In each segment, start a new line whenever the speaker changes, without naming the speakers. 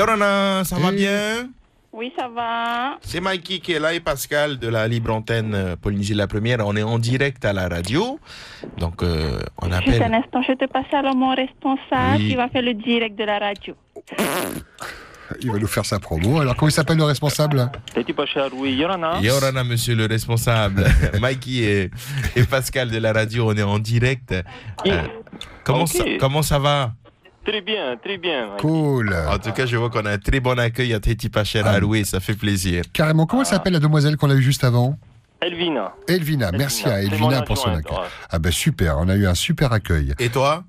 Yorana, ça va bien
Oui, ça va.
C'est Mikey qui est là et Pascal de la libre antenne euh, Polynésie de la Première. On est en direct à la radio. Donc, euh, on
Juste un
appelle.
instant, je te passe alors mon responsable
Oui.
qui va faire le direct de la radio.
Il va nous faire sa promo. Alors, comment il s'appelle le responsable
Petit pas cher, oui, Yorana.
Yorana, monsieur le responsable. Mikey et, et Pascal de la radio, on est en direct. Euh, comment,
Ok.
ça, comment ça va
Très bien, très bien. Mike.
Cool.
En tout cas, je vois qu'on a un très bon accueil à Teti Pachel à louer, ça fait plaisir.
Carrément, comment elle s'appelle la demoiselle qu'on a eue juste avant
Elvina.
Elvina. Ah, Merci à
C'est mon
Elvina pour son
adjointe,
accueil.
ouais.
Ah ben super, on a eu un super accueil.
Et toi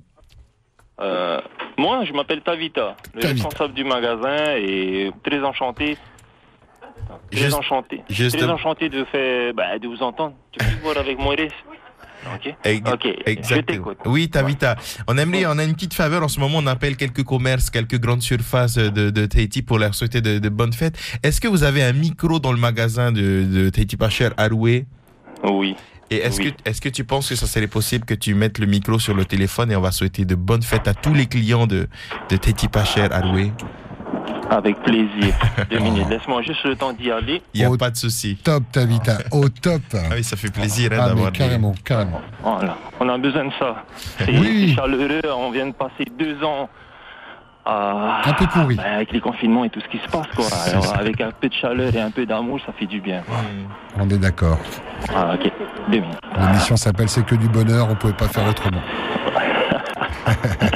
Euh, moi, je m'appelle Tavita, le
Tavita.
responsable du magasin et très enchanté. Très
Juste-
enchanté.
juste-
Très enchanté de, faire, bah, de vous entendre. Tu peux voir avec Maurice. Ok.
Ex-
Ok, je
Exactement.
t'écoute.
Oui, Tavita. On aimerait, on a une petite faveur en ce moment. On appelle quelques commerces, quelques grandes surfaces de, de Tahiti pour leur souhaiter de, de bonnes fêtes. Est-ce que vous avez un micro dans le magasin de, de Tahiti pas cher à louer
Oui.
Et est-ce
Oui.
que, est-ce que tu penses que ça serait possible que tu mettes le micro sur le téléphone et on va souhaiter de bonnes fêtes à tous les clients de, de Tahiti pas cher à louer
Avec plaisir. Deux minutes. Laisse-moi juste le temps d'y aller.
Il n'y a
Oh.
pas de souci.
Top, Tavita, au top.
Ah oui, ça fait plaisir hein,
Ah mais
d'avoir. des-
carrément, carrément.
Voilà. On a besoin de ça. C'est
Oui.
c'est chaleureux. On vient de passer deux ans à-
Un peu pourri.
bah, avec les confinements et tout ce qui se passe. Quoi. Alors, avec un peu de chaleur et un peu d'amour, ça fait du bien. quoi.
On est d'accord.
Ah, ok. Deux minutes.
L'émission s'appelle C'est que du bonheur, on pouvait pas faire autrement.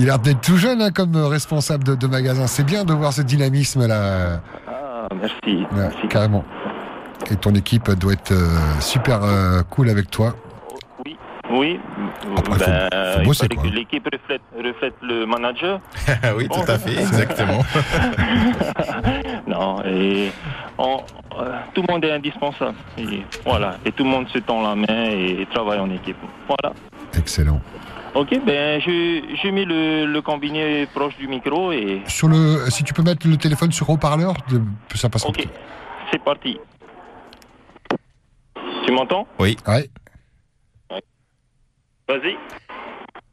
Il a l'air d'être tout jeune hein, comme responsable de, de magasin. C'est bien de voir ce dynamisme là,
Ah, merci.
là,
merci.
carrément. Et ton équipe doit être euh, super euh, cool avec toi.
Oui. Oui.
Après, faut-
Ben,
faut
il
bosser,
paraît
quoi.
que l'équipe reflète, reflète le manager.
Ah oui, tout à fait, exactement.
Non. Et on- euh, tout le monde est indispensable. Et voilà. Et tout le monde se tend la main et travaille en équipe. Voilà.
Excellent.
Ok, ben je, je mets le, le combiné proche du micro et.
Sur le, si tu peux mettre le téléphone sur haut-parleur, de- ça passe.
Ok, c'est parti. Tu m'entends
Ouais.
Vas-y.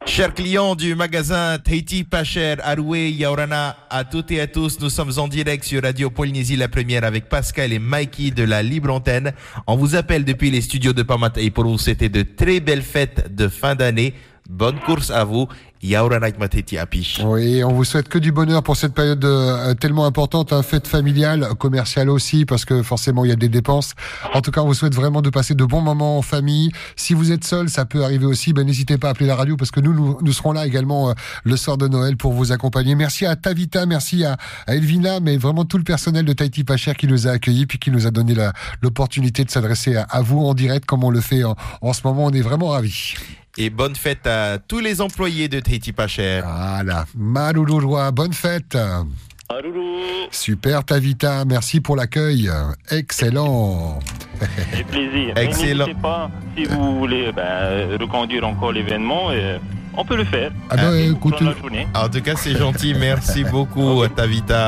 Chers clients du magasin Tahiti pas cher, Aroué, Yaorana, à toutes et à tous, nous sommes en direct sur Radio Polynésie la première avec Pascal et Mikey de la Libre Antenne. On vous appelle depuis les studios de Pamata'i pour vous souhaiter de très belles fêtes de fin d'année. Bonne course à vous. Yaorana Ikma Tahiti Apish.
Oui, on vous souhaite que du bonheur pour cette période euh, tellement importante, hein, fête familiale, commerciale aussi, parce que forcément il y a des dépenses. En tout cas, on vous souhaite vraiment de passer de bons moments en famille. Si vous êtes seul, ça peut arriver aussi. Ben n'hésitez pas à appeler la radio parce que nous, nous, nous serons là également euh, le soir de Noël pour vous accompagner. Merci à Tavita, merci à, à Elvina, mais vraiment tout le personnel de Tahiti Pas Cher qui nous a accueillis puis qui nous a donné la- l'opportunité de s'adresser à, à vous en direct comme on le fait en, en ce moment. On est vraiment ravis.
Et bonne fête à tous les employés de Tahiti pas cher.
Voilà, Maloulouloua, bonne fête.
Ah, Arourou,
Super Tavita, merci pour l'accueil. Excellent.
j'ai plaisir.
Excellent.
Mais n'hésitez pas, si vous voulez ben, reconduire encore l'événement, euh, on peut le faire.
Ah ben,
Tout au long
écoute,
de la journée.
En tout cas, c'est gentil. Merci beaucoup, Tavita.